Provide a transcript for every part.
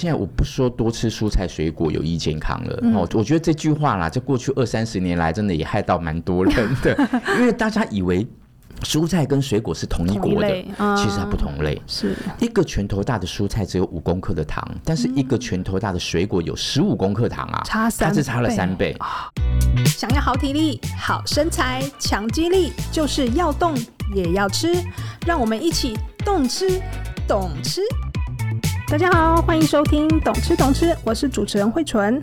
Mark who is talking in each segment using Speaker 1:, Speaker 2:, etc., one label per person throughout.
Speaker 1: 现在我不说多吃蔬菜水果有益健康了，
Speaker 2: 嗯
Speaker 1: 哦，我觉得这句话啦，在过去二三十年来，真的也害到蛮多人 的，因为大家以为蔬菜跟水果是同一
Speaker 2: 同一
Speaker 1: 国的
Speaker 2: 类，啊
Speaker 1: 其实它不同类。
Speaker 2: 是
Speaker 1: 一个拳头大的蔬菜只有五公克的糖，但是一个拳头大的水果有十五公克糖啊，
Speaker 2: 嗯差三
Speaker 1: 它是差了
Speaker 2: 倍
Speaker 1: 三倍。
Speaker 2: 想要好体力、好身材、强肌力，就是要动也要吃。让我们一起动吃、懂吃。大家好，欢迎收听《懂吃懂吃》，我是主持人慧纯。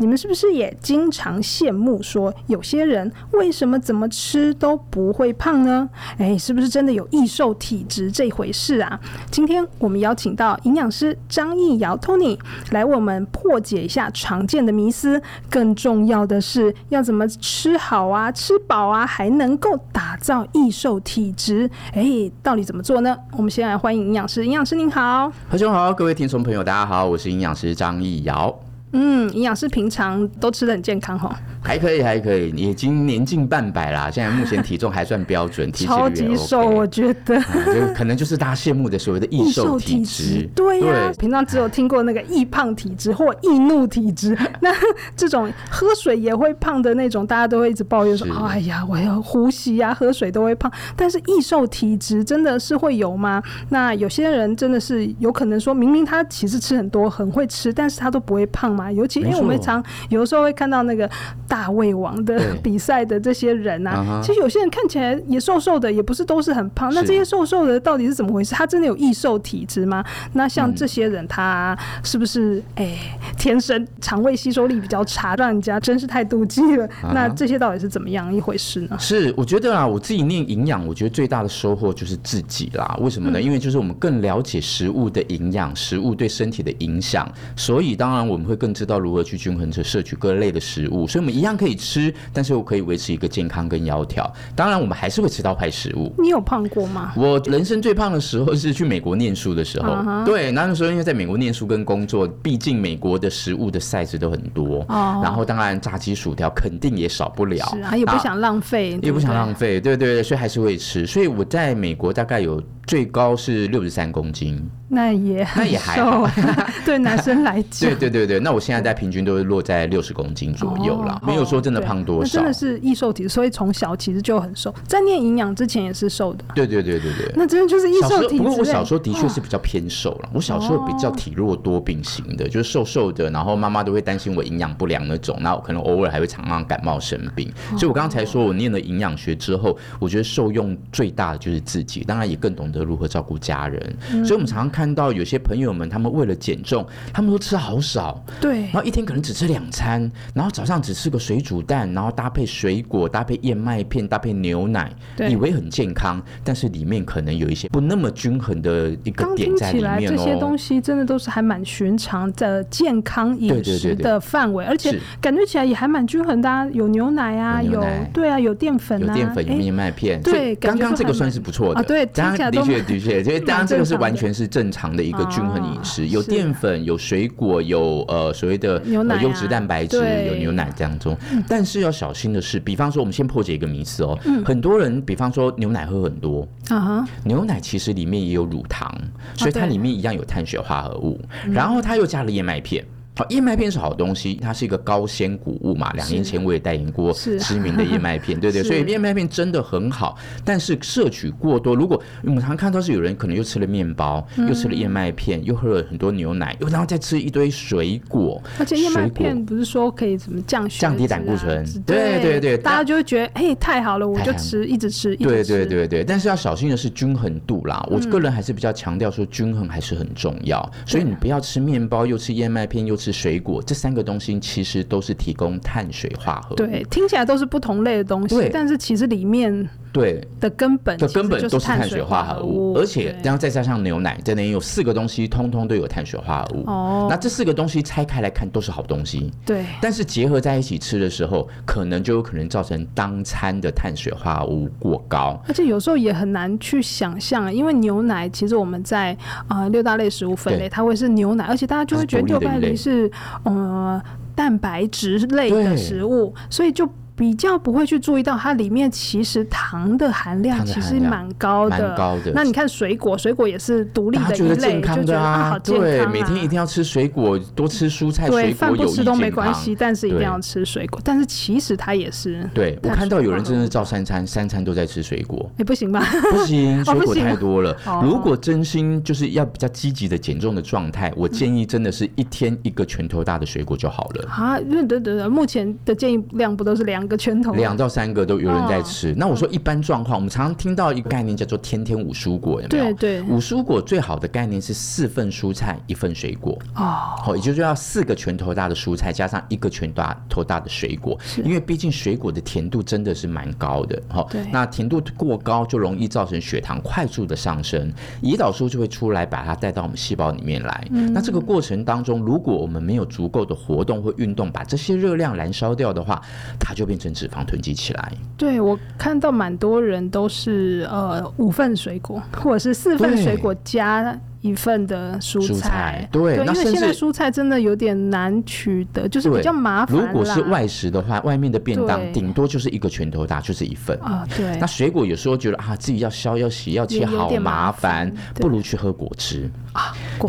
Speaker 2: 你们是不是也经常羡慕说，有些人为什么怎么吃都不会胖呢？哎，是不是真的有易瘦体质这回事啊？今天我们邀请到营养师张义尧 Tony 来为我们破解一下常见的迷思，更重要的是要怎么吃好啊、吃饱啊，还能够打造易瘦体质。哎，到底怎么做呢？我们先来欢迎营养师，营养师您好。
Speaker 1: 何兄好，各位听众朋友，大家好，我是营养师张义尧。
Speaker 2: 嗯，营养师平常都吃的很健康吼，
Speaker 1: 还可以，还可以，已经年近半百啦，现在目前体重还算标准，体脂
Speaker 2: 超
Speaker 1: 率也
Speaker 2: 级
Speaker 1: OK
Speaker 2: 瘦，我觉 得。
Speaker 1: 啊就可能就是大家羡慕的所谓的易瘦体 质。
Speaker 2: 对呀、平常只有听过那个易胖体质或易怒体质， 那这种喝水也会胖的那种，大家都会一直抱怨说
Speaker 1: 是：“
Speaker 2: 哎呀，我要呼吸呀、喝水都会胖。”但是易瘦体质真的是会有吗？那有些人真的是有可能说明明他其实吃很多，很会吃，但是他都不会胖嘛。尤其因
Speaker 1: 没
Speaker 2: 为
Speaker 1: 错
Speaker 2: 我们常有的时候会看到那个大胃王的
Speaker 1: 对
Speaker 2: 比赛的这些人
Speaker 1: 啊
Speaker 2: 啊
Speaker 1: 哈，
Speaker 2: 其实有些人看起来也瘦瘦的，也不是都是很胖。那
Speaker 1: 是
Speaker 2: 这些瘦瘦的到底是怎么回事？他真的有易瘦体质吗？那
Speaker 1: 嗯
Speaker 2: 像这些人，他是不是哎、天生肠胃吸收力比较差，让人家真是太妒忌了？
Speaker 1: 啊
Speaker 2: 那这些到底是怎么样一回事呢？
Speaker 1: 是，我觉得啊，我自己念营养，我觉得最大的收获就是自己啦。为什么呢？因为就是我们更了解食物的营养，食物对身体的影响，所以当然我们会更知道如何去均衡着摄取各类的食物。所以我们一样可以吃，但是我可以维持一个健康跟窈窕。当然，我们还是会吃到坏食物。
Speaker 2: 你有胖过吗？
Speaker 1: 我人生最胖的时候是去美国念书的时候
Speaker 2: 啊哈
Speaker 1: 对，那个时候因为在美国念书跟工作，毕竟美国的食物的 size 都很多
Speaker 2: 哦
Speaker 1: 然后当然炸鸡薯条肯定也少不了，
Speaker 2: 是啊，也不
Speaker 1: 那
Speaker 2: 想浪费，对
Speaker 1: 也不想
Speaker 2: 对
Speaker 1: 浪费，对对对，所以还是会吃。所以我在美国大概有最高是六十三公斤，
Speaker 2: 那也很
Speaker 1: 那也还好
Speaker 2: 瘦， 对男生来讲
Speaker 1: 对。对对对。那我现在在平均都会落在六十公斤左右啦，
Speaker 2: 哦
Speaker 1: 没有说真的胖多
Speaker 2: 对
Speaker 1: 少
Speaker 2: 那真。的是易瘦体质，所以从小其实就很瘦。在念营养之前也是瘦的，
Speaker 1: 对对对对对。
Speaker 2: 那真的就是易
Speaker 1: 小时
Speaker 2: 瘦
Speaker 1: 候，
Speaker 2: 体质欸。
Speaker 1: 不过我小时候的确是比较偏瘦了。我小时候比较体弱多病型的，就是瘦瘦的，然后妈妈都会担心我营养不良那种，然后可能偶尔还会常常感冒生病。所以我刚才说我念了营养学之后，我觉得受用最大的就是自己，当然也更懂得如何照顾家人。所以我们常常看到有些朋友们，他们为了减重，他们都吃好少，
Speaker 2: 对
Speaker 1: 然，后一天可能只吃两餐，然后早上只吃个水煮蛋，然后搭配水果、搭配燕麦片、搭配牛奶，
Speaker 2: 对
Speaker 1: 以为很健康，但是里面可能有一些不那么均衡的一个
Speaker 2: 刚
Speaker 1: 点
Speaker 2: 听
Speaker 1: 在
Speaker 2: 起
Speaker 1: 里
Speaker 2: 来
Speaker 1: 面
Speaker 2: 这些
Speaker 1: 哦
Speaker 2: 东。西真的都是还蛮寻常的健康饮
Speaker 1: 对对
Speaker 2: 食
Speaker 1: 对对
Speaker 2: 的范围，而且
Speaker 1: 是
Speaker 2: 感觉起来也还蛮均衡的、啊，有牛奶啊，
Speaker 1: 有牛
Speaker 2: 有
Speaker 1: 奶
Speaker 2: 对啊，有淀粉
Speaker 1: 有
Speaker 2: 啊，
Speaker 1: 淀粉，有
Speaker 2: 诶
Speaker 1: 燕麦片，
Speaker 2: 对
Speaker 1: 所以
Speaker 2: 感
Speaker 1: 刚
Speaker 2: 觉
Speaker 1: 刚
Speaker 2: 都
Speaker 1: 这个
Speaker 2: 还
Speaker 1: 算
Speaker 2: 蛮
Speaker 1: 是不错
Speaker 2: 啊
Speaker 1: 的。
Speaker 2: 对听
Speaker 1: 当
Speaker 2: 起来
Speaker 1: 然
Speaker 2: 都
Speaker 1: 的确
Speaker 2: 蛮
Speaker 1: 的确， 因为当然这个是完全是正常的一个
Speaker 2: 蛮
Speaker 1: 均
Speaker 2: 正常的
Speaker 1: 衡饮
Speaker 2: 啊
Speaker 1: 食，有
Speaker 2: 是
Speaker 1: 淀粉，有水果，有呃所谓的
Speaker 2: 牛奶啊
Speaker 1: 呃优质蛋白质，
Speaker 2: 对嗯
Speaker 1: 有牛奶当中。哦但是要小心的是，比方说我们先破解一个迷思哦，很多人比方说牛奶喝很多，
Speaker 2: 啊哈，
Speaker 1: 牛奶其实里面也有乳糖，
Speaker 2: 哦
Speaker 1: 所以它
Speaker 2: 对
Speaker 1: 里面一样有碳水化合物，然后它又加了燕麦片。好，燕麦片是好东西，它是一个高纤谷物嘛。两年前我也代言过
Speaker 2: 是
Speaker 1: 知名的燕麦 片，对对，
Speaker 2: 是
Speaker 1: 所以燕麦片真的很好，但是摄取过多，如果我们常看到是有人可能又吃了面包，
Speaker 2: 嗯
Speaker 1: 又吃了燕麦片，又喝了很多牛奶，又然后再吃一堆水果，
Speaker 2: 而且燕麦
Speaker 1: 水果
Speaker 2: 片不是说可以怎么降血、啊、
Speaker 1: 降低胆固醇
Speaker 2: 之
Speaker 1: 对
Speaker 2: 对
Speaker 1: 对对
Speaker 2: 大家就会觉得嘿太好了，我
Speaker 1: 太
Speaker 2: 就
Speaker 1: 好
Speaker 2: 吃一直吃，一直嗯
Speaker 1: 对
Speaker 2: 吃
Speaker 1: 对对对，但是要小心的是均衡度啦。我个人还是比较强调说均衡还是很重要，
Speaker 2: 啊
Speaker 1: 所以你不要吃面包，又吃燕麦片，又吃水果，这三个东西其实都是提供碳水化合物。
Speaker 2: 对，听起来都是不同类的东西
Speaker 1: 对，
Speaker 2: 但是其实里面
Speaker 1: 对，
Speaker 2: 的根本
Speaker 1: 这
Speaker 2: 其实
Speaker 1: 根本
Speaker 2: 就
Speaker 1: 都
Speaker 2: 是
Speaker 1: 是碳水化合物，而且
Speaker 2: 对
Speaker 1: 然后再加上牛奶，在那里有四个东西，通通都有碳水化合物。
Speaker 2: 哦
Speaker 1: 那这四个东西拆开来看都是好东西，
Speaker 2: 对
Speaker 1: 但是结合在一起吃的时候，可能就有可能造成当餐的碳水化合物过高。
Speaker 2: 而且有时候也很难去想象，因为牛奶其实我们在呃六大类食物分类，
Speaker 1: 对
Speaker 2: 它会是牛奶，而且大家就会觉得
Speaker 1: 它是
Speaker 2: 六
Speaker 1: 独立的
Speaker 2: 大
Speaker 1: 一
Speaker 2: 类
Speaker 1: 类
Speaker 2: 是呃蛋白质类的
Speaker 1: 对
Speaker 2: 食物，所以就。比较不会去注意到它里面其实糖的含量
Speaker 1: 糖的
Speaker 2: 其
Speaker 1: 含
Speaker 2: 实
Speaker 1: 量
Speaker 2: 蛮高的。
Speaker 1: 蛮高的
Speaker 2: 那你看水果，水果也是独立
Speaker 1: 大家
Speaker 2: 的一
Speaker 1: 觉得
Speaker 2: 类，
Speaker 1: 健康
Speaker 2: 就
Speaker 1: 的
Speaker 2: 觉得啊好健康、啊。
Speaker 1: 对，每天一定要吃水果，多吃蔬菜，
Speaker 2: 对
Speaker 1: 水
Speaker 2: 饭
Speaker 1: 果
Speaker 2: 不
Speaker 1: 有益
Speaker 2: 吃都没
Speaker 1: 健
Speaker 2: 关
Speaker 1: 康
Speaker 2: 系，。但是一定
Speaker 1: 对
Speaker 2: 要吃水果。但是其实它也是，
Speaker 1: 对我
Speaker 2: 碳
Speaker 1: 看
Speaker 2: 水
Speaker 1: 到有
Speaker 2: 化
Speaker 1: 人
Speaker 2: 合
Speaker 1: 真的照三餐，三餐都在吃水 果，
Speaker 2: 也不行吧？
Speaker 1: 不行，
Speaker 2: 哦
Speaker 1: 水
Speaker 2: 不
Speaker 1: 果
Speaker 2: 行
Speaker 1: 太多了。
Speaker 2: 哦
Speaker 1: 如果真心就是要比较积极的减重的状
Speaker 2: 嗯
Speaker 1: 态，我建议真的是一天一个拳头大的水果就好了。
Speaker 2: 啊，因为等等等，目前的建议量不都是两个拳头吗？
Speaker 1: 两到三个都有人在
Speaker 2: 哦
Speaker 1: 吃，那我说一般状况，我们常常听到一个概念叫做“天天五蔬果”，有没有？
Speaker 2: 对对
Speaker 1: 五蔬果最好的概念是四份蔬菜一份水果，
Speaker 2: 哦，
Speaker 1: 好，也就是要四个拳头大的蔬菜加上一个拳头大头大的水果，因为毕竟水果的甜度真的是蛮高的，好、
Speaker 2: 对
Speaker 1: 那甜度过高就容易造成血糖快速的上升，胰岛素就会出来把它带到我们细胞里面来。
Speaker 2: 嗯
Speaker 1: 那这个过程当中，如果我们没有足够的活动或运动把这些热量燃烧掉的话，它就变成脂肪囤积起来。
Speaker 2: 对我看到蛮多人都是呃五份水果，或者是四份
Speaker 1: 对
Speaker 2: 水果加一份的蔬
Speaker 1: 蔬菜对那
Speaker 2: 因为
Speaker 1: 甚
Speaker 2: 现在
Speaker 1: 至
Speaker 2: 蔬菜真的有点难取得，就是比
Speaker 1: 对
Speaker 2: 较麻烦
Speaker 1: 如
Speaker 2: 啦。
Speaker 1: 果是外食的话，外面的便当
Speaker 2: 对
Speaker 1: 顶多就是一个拳头大，就是一份。
Speaker 2: 啊，对
Speaker 1: 那，水果有时候觉得啊，自己要削、要洗、要切，
Speaker 2: 也有
Speaker 1: 好
Speaker 2: 点麻
Speaker 1: 麻烦
Speaker 2: 烦，对
Speaker 1: 不如去喝果汁，
Speaker 2: 果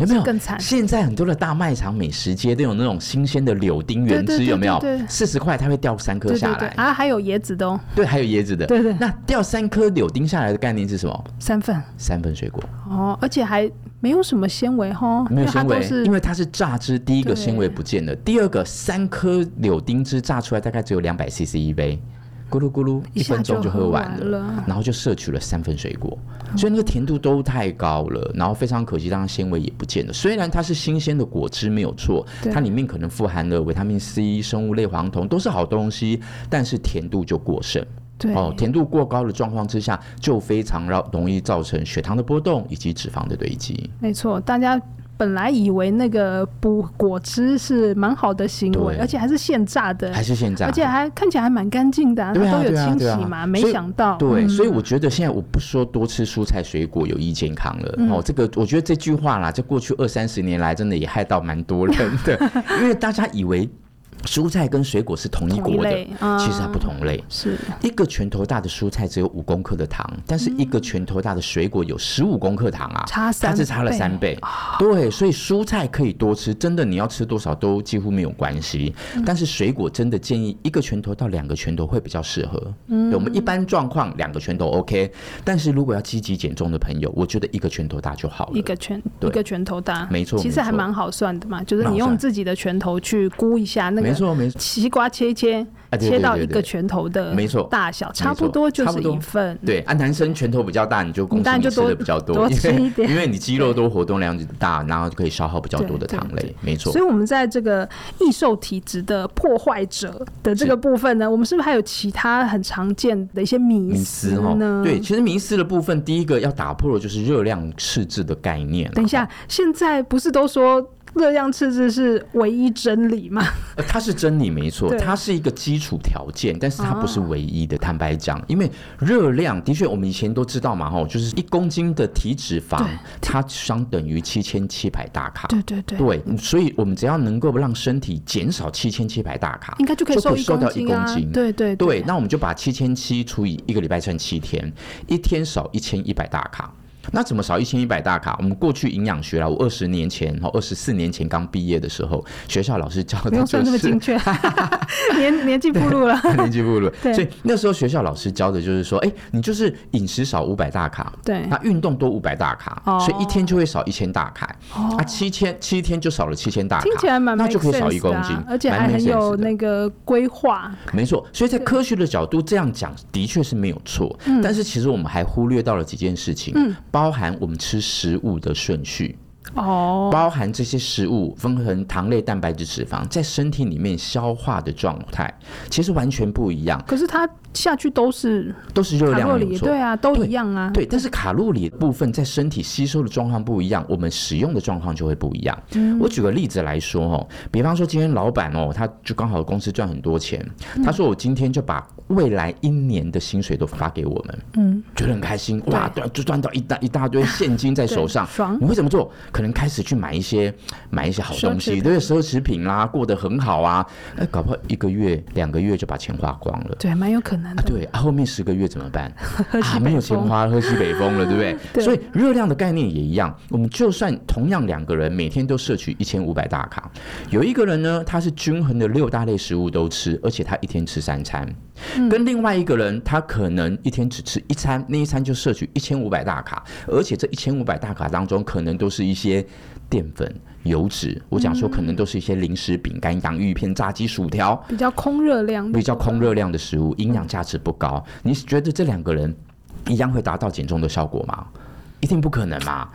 Speaker 1: 有没
Speaker 2: 汁
Speaker 1: 有？
Speaker 2: 更惨。
Speaker 1: 现在很多的大卖场、美食街都有那种新鲜的柳丁原
Speaker 2: 对对
Speaker 1: 汁，
Speaker 2: 对
Speaker 1: 有没有
Speaker 2: 对对？
Speaker 1: 四十块它会掉三颗
Speaker 2: 对
Speaker 1: 下
Speaker 2: 对对
Speaker 1: 来，
Speaker 2: 啊，还有椰子的哦，
Speaker 1: 对，还有椰子的。
Speaker 2: 对对
Speaker 1: 那掉三颗柳丁下来的概念是什么？
Speaker 2: 三份
Speaker 1: 三份水果，
Speaker 2: 哦，而且还没有什么纤维哈，
Speaker 1: 没有纤
Speaker 2: 因为
Speaker 1: 维
Speaker 2: 它都，
Speaker 1: 因
Speaker 2: 是
Speaker 1: 为它是榨汁，第一个
Speaker 2: 对
Speaker 1: 纤维不见了，第二个三颗柳丁汁榨出来大概只有两百 CC 一杯，咕噜咕噜
Speaker 2: 一
Speaker 1: 一
Speaker 2: 下
Speaker 1: 分钟
Speaker 2: 就
Speaker 1: 就
Speaker 2: 喝
Speaker 1: 喝完
Speaker 2: 完
Speaker 1: 了
Speaker 2: 了，
Speaker 1: 然后就摄取了三份水果，所以那个甜度都太高了，然后非常可惜，当然纤维也不见了。虽然它是新鲜的果汁没有错
Speaker 2: 对，
Speaker 1: 它里面可能富含了维他命 C、生物类黄酮，都是好东西，但是甜度就过剩。
Speaker 2: 对
Speaker 1: 哦，甜度过高的状况之下，就非常让容易造成血糖的波动以及脂肪的堆积。
Speaker 2: 没错，大家本来以为那个补果汁是蛮好的行为，
Speaker 1: 对
Speaker 2: 而且还是现榨的，
Speaker 1: 还是现在，啊
Speaker 2: 而且还看起来还蛮干净的、啊，
Speaker 1: 对啊
Speaker 2: 它都有
Speaker 1: 对啊
Speaker 2: 清洗
Speaker 1: 对啊
Speaker 2: 嘛，没
Speaker 1: 所以
Speaker 2: 想到，
Speaker 1: 对，
Speaker 2: 嗯
Speaker 1: 所以我觉得现在我不说多吃蔬菜水果有益健康了、
Speaker 2: 嗯
Speaker 1: 哦，这个我觉得这句话啦，在过去二三十年来，真的也害到蛮多人 的，因为大家以为蔬菜跟水果是同一
Speaker 2: 同一
Speaker 1: 国的
Speaker 2: 类，啊
Speaker 1: 其实它不同类。
Speaker 2: 是
Speaker 1: 一个拳头大的蔬菜只有五公克的糖，但是一个拳头大的水果有十五公克糖啊，
Speaker 2: 差三
Speaker 1: 它是差了
Speaker 2: 倍啊
Speaker 1: 三倍。对，所以蔬菜可以多吃，真的你要吃多少都几乎没有关系。
Speaker 2: 嗯
Speaker 1: 但是水果真的建议一个拳头到两个拳头会比较适合。嗯，我们一般状况两个拳头 OK，但是如果要积极减重的朋友，我觉得一个拳头大就好了。
Speaker 2: 一个拳一
Speaker 1: 对
Speaker 2: 个拳头大，
Speaker 1: 没错
Speaker 2: 其实
Speaker 1: 没
Speaker 2: 还
Speaker 1: 错
Speaker 2: 蛮好算的嘛，就是
Speaker 1: 蛮好
Speaker 2: 你用
Speaker 1: 算
Speaker 2: 自己的拳头去估一下那
Speaker 1: 没
Speaker 2: 个
Speaker 1: 错没错。
Speaker 2: 西瓜切一切，
Speaker 1: 啊对
Speaker 2: 切到
Speaker 1: 对
Speaker 2: 一
Speaker 1: 对
Speaker 2: 个
Speaker 1: 对
Speaker 2: 拳头的
Speaker 1: 没错
Speaker 2: 大小，差
Speaker 1: 没
Speaker 2: 不
Speaker 1: 错
Speaker 2: 多就
Speaker 1: 差
Speaker 2: 是
Speaker 1: 不多
Speaker 2: 一份，
Speaker 1: 对啊，男生拳头比较大，你就
Speaker 2: 你
Speaker 1: 贡
Speaker 2: 当然
Speaker 1: 献
Speaker 2: 就
Speaker 1: 吃
Speaker 2: 多
Speaker 1: 的比较多，
Speaker 2: 多
Speaker 1: 因
Speaker 2: 吃一
Speaker 1: 为
Speaker 2: 点
Speaker 1: 因为你肌肉多，活动量就大，然后就可以消耗比较多的
Speaker 2: 对对
Speaker 1: 糖
Speaker 2: 对
Speaker 1: 类，没错
Speaker 2: 所以，。我们在这个易瘦体质的破坏者的这个部分呢，我们是不是还有其他很常见的一些迷
Speaker 1: 迷
Speaker 2: 思
Speaker 1: 思哦
Speaker 2: 呢？，
Speaker 1: 对，。其实迷思的部分，第一个要打破的就是热量赤字的概念啊。
Speaker 2: 等一下，现在不是都说热量赤字是唯一真理 吗？
Speaker 1: 呃，它是真理没错
Speaker 2: 对，啊
Speaker 1: 它是一个基础条件，但是它不是唯一的。坦白讲，因为热量的确，我们以前都知道嘛，吼，就是一公斤的体脂肪
Speaker 2: 对，
Speaker 1: 它相等于七千七百大卡。
Speaker 2: 对对对，
Speaker 1: 对，所以我们只要能够让身体减少七千七百大卡，
Speaker 2: 应该就可以
Speaker 1: 就可以
Speaker 2: 一
Speaker 1: 瘦
Speaker 2: 公
Speaker 1: 掉一
Speaker 2: 斤啊
Speaker 1: 公斤。
Speaker 2: 对对
Speaker 1: 对，那我们就把七千七除以一个礼拜算七天，一天少一千一百大卡。那怎么少一千一百大卡？我们过去营养学啦，我二十年前，哦，二十四年前刚毕业的时候，学校老师教
Speaker 2: 不
Speaker 1: 的
Speaker 2: 用
Speaker 1: 就
Speaker 2: 算这么
Speaker 1: 是
Speaker 2: 精确，年年纪铺路了。
Speaker 1: 年纪不了
Speaker 2: 对
Speaker 1: 所以那时候学校老师教的就是说，哎、你就是饮食少五百大卡，
Speaker 2: 对
Speaker 1: 那运动多五百大卡，
Speaker 2: 哦
Speaker 1: 所以一天就会少一千大卡，啊，七天七天就少了七千大卡，
Speaker 2: 听起来蛮
Speaker 1: 那
Speaker 2: make
Speaker 1: 就可以少
Speaker 2: sense
Speaker 1: 一公
Speaker 2: 的啊
Speaker 1: 斤，
Speaker 2: 而且
Speaker 1: 蛮
Speaker 2: 还
Speaker 1: make
Speaker 2: 很有
Speaker 1: sense 的
Speaker 2: 那个规划。
Speaker 1: 没错，所以在科学的角度这样讲的确是没有错，
Speaker 2: 嗯
Speaker 1: 但是其实我们还忽略到了几件事情，包含我们吃食物的顺序，
Speaker 2: 哦，
Speaker 1: 包含这些食物分成糖类、蛋白质、脂肪在身体里面消化的状态，其实完全不一样，
Speaker 2: 可是它下去都是
Speaker 1: 都是热
Speaker 2: 卡路
Speaker 1: 量没
Speaker 2: 里，
Speaker 1: 有错。
Speaker 2: 对啊，都
Speaker 1: 对
Speaker 2: 一样啊。
Speaker 1: 对，但是卡路里的部分在身体吸收的状况不一样，我们使用的状况就会不一样。
Speaker 2: 嗯
Speaker 1: 我举个例子来说哦，比方说今天老板哦，他就刚好公司赚很多钱，
Speaker 2: 嗯
Speaker 1: 他说我今天就把未来一年的薪水都发给我们，嗯，觉得很开心，哇，对，就赚到一大一大堆现金在手上
Speaker 2: 啊对爽，啊
Speaker 1: 你会怎么做？可能开始去买一些买一些好东
Speaker 2: 奢侈
Speaker 1: 西，
Speaker 2: 品
Speaker 1: 对奢侈品啦，过得很好啊，哎，搞不好一个月两个月就把钱花光了。
Speaker 2: 对，蛮有可能
Speaker 1: 啊
Speaker 2: 的。，
Speaker 1: 对啊，后面十个月怎么 办？
Speaker 2: 嗯西
Speaker 1: 啊，没有
Speaker 2: 北
Speaker 1: 钱
Speaker 2: 风
Speaker 1: 花，喝西北风了，对不对？
Speaker 2: 对
Speaker 1: 所以热量的概念也一样，我们就算同样两个人每天都摄取一千五百大卡，有一个人呢，他是均衡的六大类食物都吃，而且他一天吃三餐，
Speaker 2: 嗯
Speaker 1: 跟另外一个人他可能一天只吃一餐，那一餐就摄取一千五百大卡，而且这一千五百大卡当中可能都是一些淀粉。油脂，我讲说可
Speaker 2: 嗯
Speaker 1: 能都是一些零食、饼干、洋芋片、炸鸡、薯条，
Speaker 2: 比较空热量，
Speaker 1: 比较空热量的食物，营养价值不高。你觉得这两个人一样会达到减重的效果吗？一定不可能嘛，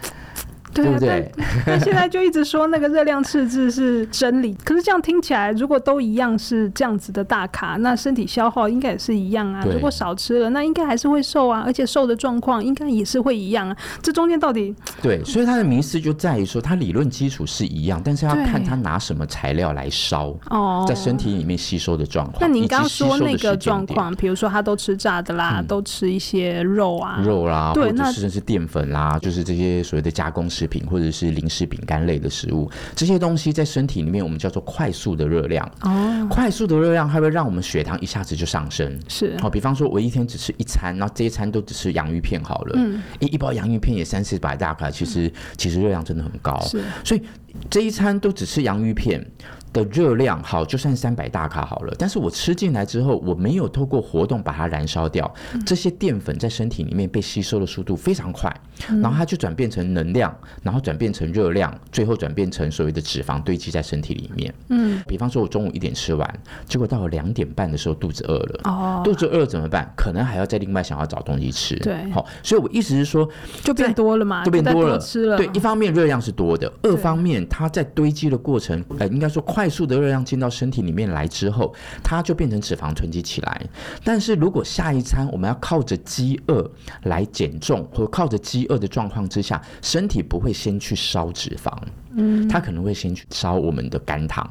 Speaker 2: 对
Speaker 1: 对
Speaker 2: 啊
Speaker 1: 不，对？
Speaker 2: 但现在就一直说那个热量赤字是真理，可是这样听起来，如果都一样是这样子的大卡，那身体消耗应该也是一样啊。
Speaker 1: 对
Speaker 2: 如果少吃了，那应该还是会瘦啊，而且瘦的状况应该也是会一样啊。这中间到底
Speaker 1: 对，所以他的迷思就在于说，他理论基础是一样，但是要
Speaker 2: 对
Speaker 1: 看他拿什么材料来烧，
Speaker 2: 哦，
Speaker 1: 在身体里面吸收的状况，
Speaker 2: 那您
Speaker 1: 以及
Speaker 2: 刚刚
Speaker 1: 吸
Speaker 2: 说
Speaker 1: 收的
Speaker 2: 那
Speaker 1: 时
Speaker 2: 个
Speaker 1: 间
Speaker 2: 状
Speaker 1: 点
Speaker 2: 况，比如说他都吃炸的啦，都吃一些肉啊，
Speaker 1: 肉啦，
Speaker 2: 对
Speaker 1: 或者
Speaker 2: 那
Speaker 1: 是甚至淀粉啦，就是这些所谓的加工食品或者是零食、饼干类的食物，这些东西在身体里面我们叫做快速的热量。
Speaker 2: 哦，
Speaker 1: 快速的热量，它会让我们血糖一下子就上升。
Speaker 2: 是
Speaker 1: 哦好、比方说我一天只吃一餐，然后这一餐都只吃洋芋片好了，
Speaker 2: 嗯
Speaker 1: 一一包洋芋片也三四百大卡，其实、其实热量真的很高，
Speaker 2: 是，
Speaker 1: 所以这一餐都只吃洋芋片。的热量好，就算三百大卡好了，但是我吃进来之后，我没有透过活动把它燃烧掉，
Speaker 2: 嗯
Speaker 1: 这些淀粉在身体里面被吸收的速度非常快，
Speaker 2: 嗯
Speaker 1: 然后它就转变成能量，然后转变成热量，最后转变成所谓的脂肪堆积在身体里面。
Speaker 2: 嗯，
Speaker 1: 比方说，我中午一点吃完，结果到了两点半的时候肚子饿了，
Speaker 2: 哦，
Speaker 1: 肚子饿怎么办？可能还要再另外想要找东西吃。
Speaker 2: 对
Speaker 1: 好、所以我意思是说，
Speaker 2: 就变多了嘛，
Speaker 1: 就变
Speaker 2: 再
Speaker 1: 多了
Speaker 2: 吃了，
Speaker 1: 对，一方面热量是多的，
Speaker 2: 啊对
Speaker 1: 二方面它在堆积的过程，呃，应该说快速的热量进到身体里面来之后，它就变成脂肪囤积起来。但是如果下一餐我们要靠着饥饿来减重，或靠着饥饿的状况之下，身体不会先去烧脂肪，嗯，它可能会先去烧我们的肝糖。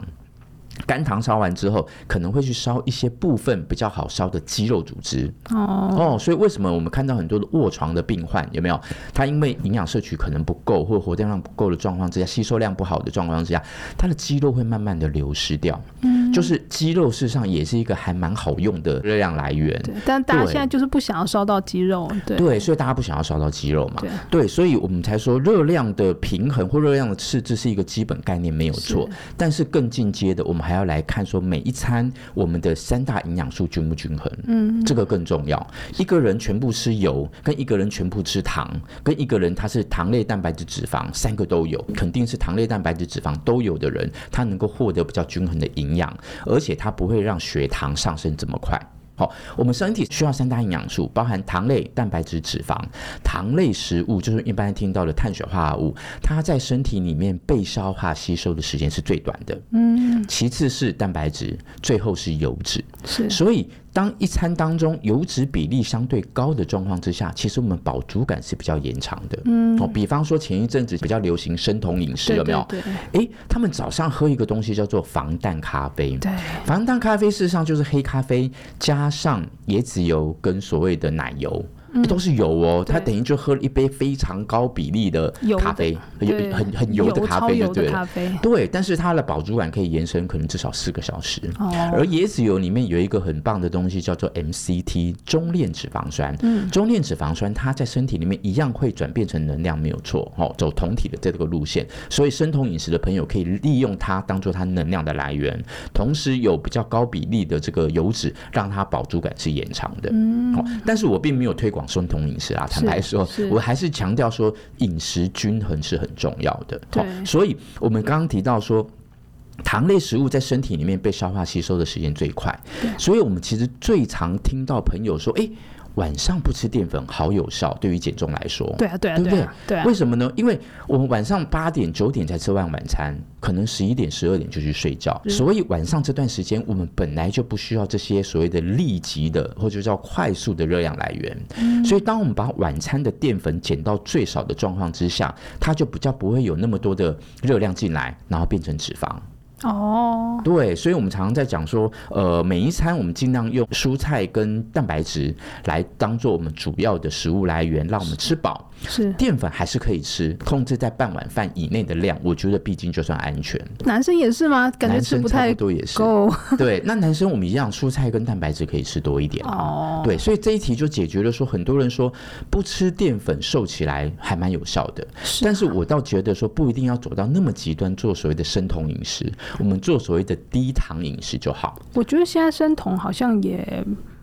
Speaker 1: 肝糖烧完之后，可能会去烧一些部分比较好烧的肌肉组织，
Speaker 2: 哦，
Speaker 1: 哦，所以为什么我们看到很多的卧床的病患有没有？他因为营养摄取可能不够，或者活动量不够的状况之下，吸收量不好的状况之下，他的肌肉会慢慢的流失掉。嗯，就是肌肉事实上也是一个还蛮好用的热量来源。
Speaker 2: 对，但大家
Speaker 1: 对
Speaker 2: 现在就是不想要烧到肌肉，对，
Speaker 1: 对，所以大家不想要烧到肌肉嘛
Speaker 2: 对。
Speaker 1: 对，所以我们才说热量的平衡或热量的赤字是一个基本概念，没有错。但是更进阶的，我们还要来看说每一餐我们的三大营养素均不均衡。嗯，这个更重要。一个人全部吃油，跟一个人全部吃糖，跟一个人他是糖类、蛋白质、脂肪三个都有，肯定是糖类、蛋白质、脂肪都有的人，他能够获得比较均衡的营养，而且他不会让血糖上升这么快。好，我们身体需要三大营养素，包含糖类、蛋白质、脂肪。糖类食物就是一般听到的碳水化合物，它在身体里面被消化吸收的时间是最短的。嗯，其次是蛋白质，最后是油脂。
Speaker 2: 是
Speaker 1: 所以，当一餐当中油脂比例相对高的状况之下，其实我们饱足感是比较延长的。嗯，哦，比方说前一阵子比较流行生酮饮食，
Speaker 2: 对
Speaker 1: 有没有？
Speaker 2: 对对
Speaker 1: 诶，他们早上喝一个东西叫做防弹咖啡。
Speaker 2: 对
Speaker 1: 防弹咖啡事实上就是黑咖啡加上椰子油跟所谓的奶油。都是油哦，它
Speaker 2: 嗯对
Speaker 1: 等于就喝了一杯非常高比例的
Speaker 2: 油的
Speaker 1: 咖啡，
Speaker 2: 对
Speaker 1: 很很很油的咖
Speaker 2: 超
Speaker 1: 啡
Speaker 2: 油
Speaker 1: 就对
Speaker 2: 的
Speaker 1: 了。
Speaker 2: 咖啡，
Speaker 1: 对，但是它的饱足感可以延伸可能至少四个小时。
Speaker 2: 哦，
Speaker 1: 而椰子油里面有一个很棒的东西，叫做 MCT 中链脂肪酸。嗯，中链脂肪酸它在身体里面一样会转变成能量，没有错。哦，走酮体的这个路线，所以生酮饮食的朋友可以利用它当做它能量的来源，同时有比较高比例的这个油脂，让它饱足感是延长的。嗯，哦，但是我并没有推广生酮饮食啊，坦白说
Speaker 2: 是，
Speaker 1: 我还是强调说饮食均衡是很重要的。
Speaker 2: 对
Speaker 1: 哦，所以我们刚刚提到说。糖类食物在身体里面被消化吸收的时间最快，所以我们其实最常听到朋友说：“诶，晚上不吃淀粉好有效，对于减重来说。”
Speaker 2: 对啊对啊
Speaker 1: 对不对
Speaker 2: 啊对啊
Speaker 1: 为，什么呢？因为我们晚上八点、九点才吃完晚餐，可能十一点、十二点就去睡觉，所以晚上这段时间我们本来就不需要这些所谓的立即的或者叫快速的热量来源。所以，当我们把晚餐的淀粉减到最少的状况之下，它就比较不会有那么多的热量进来，然后变成脂肪。
Speaker 2: 哦，
Speaker 1: 对，所以我们常常在讲说，呃，每一餐我们尽量用蔬菜跟蛋白质来当做我们主要的食物来源，让我们吃饱。
Speaker 2: 是
Speaker 1: 淀粉还是可以吃，控制在半碗饭以内的量，我觉得毕竟就算安全。
Speaker 2: 男生也是吗？感觉
Speaker 1: 男
Speaker 2: 吃
Speaker 1: 生
Speaker 2: 不
Speaker 1: 差
Speaker 2: 太
Speaker 1: 不多也是，
Speaker 2: 够。
Speaker 1: 对，那男生我们一样，蔬菜跟蛋白质可以吃多一点啊。
Speaker 2: 哦
Speaker 1: 对，所以这一题就解决了说，很多人说不吃淀粉瘦起来还蛮有效的，
Speaker 2: 是啊
Speaker 1: 但是我倒觉得说不一定要走到那么极端，做所谓的生酮饮食，我们做所谓的低糖饮食就好。
Speaker 2: 我觉得现在生酮好像也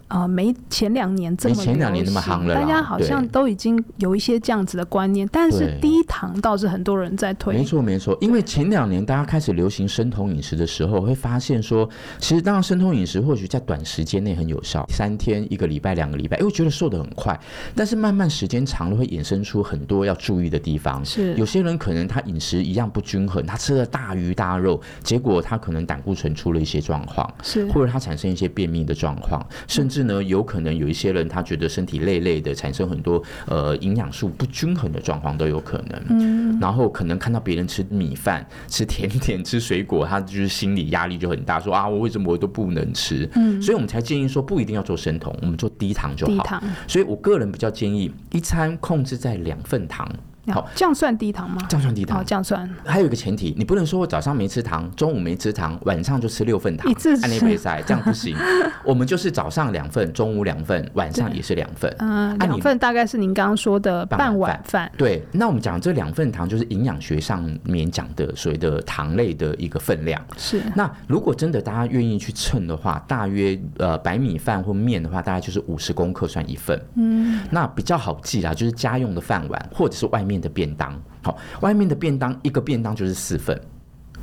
Speaker 2: 呃没前两年这么
Speaker 1: 没前两年那么
Speaker 2: 流行
Speaker 1: 夯了啦
Speaker 2: 大家好像
Speaker 1: 对
Speaker 2: 都已经有一些这样子的观念，但是
Speaker 1: 对
Speaker 2: 低糖倒是很多人在
Speaker 1: 没
Speaker 2: 推。
Speaker 1: 错没错，因为前两年大家开始流行生酮饮食的时候，会发现说，其实当然生酮饮食或许在短时间内很有效，三天、一个礼拜、两个礼拜，哎，我觉得瘦得很快，但是慢慢时间长了会衍生出很多要注意的地方。
Speaker 2: 是
Speaker 1: 有些人可能他饮食一样不均衡，他吃了大鱼大肉，结果他可能胆固醇出了一些状况。
Speaker 2: 是
Speaker 1: 或者他产生一些便秘的状况，甚至呢，有可能有一些人他觉得身体累累的，产生很多呃营养素不均衡的状况都有可能。嗯，然后可能看到别人吃米饭、吃甜点、吃水果，他就是心理压力就很大，说啊，我为什么我都不能吃？嗯，所以我们才建议说不一定要做生酮，我们做低糖就
Speaker 2: 低
Speaker 1: 好。
Speaker 2: 糖，
Speaker 1: 所以我个人比较建议一餐控制在两份糖，好
Speaker 2: 这样算低糖吗？
Speaker 1: 这样算低
Speaker 2: 哦，
Speaker 1: 糖。
Speaker 2: 这样算
Speaker 1: 还有一个前提，你不能说我早上没吃糖，中午没吃糖，晚上就吃六份糖，
Speaker 2: 一次吃
Speaker 1: 按那杯 塞，这样不行。我们就是早上两份，中午两份，晚上也是两份。
Speaker 2: 嗯，
Speaker 1: 啊
Speaker 2: 两
Speaker 1: 你
Speaker 2: 份大概是您刚刚说的
Speaker 1: 半
Speaker 2: 半
Speaker 1: 碗
Speaker 2: 碗饭，
Speaker 1: 对，那我们讲这两份糖就是营养学上面讲的所谓的糖类的一个分量。
Speaker 2: 是
Speaker 1: 那如果真的大家愿意去称的话，大约呃白米饭或面的话，大概就是五十公克算一份。嗯，那比较好记啦，就是家用的饭碗或者是外面的便当。好，外面的便当一个便当就是四份，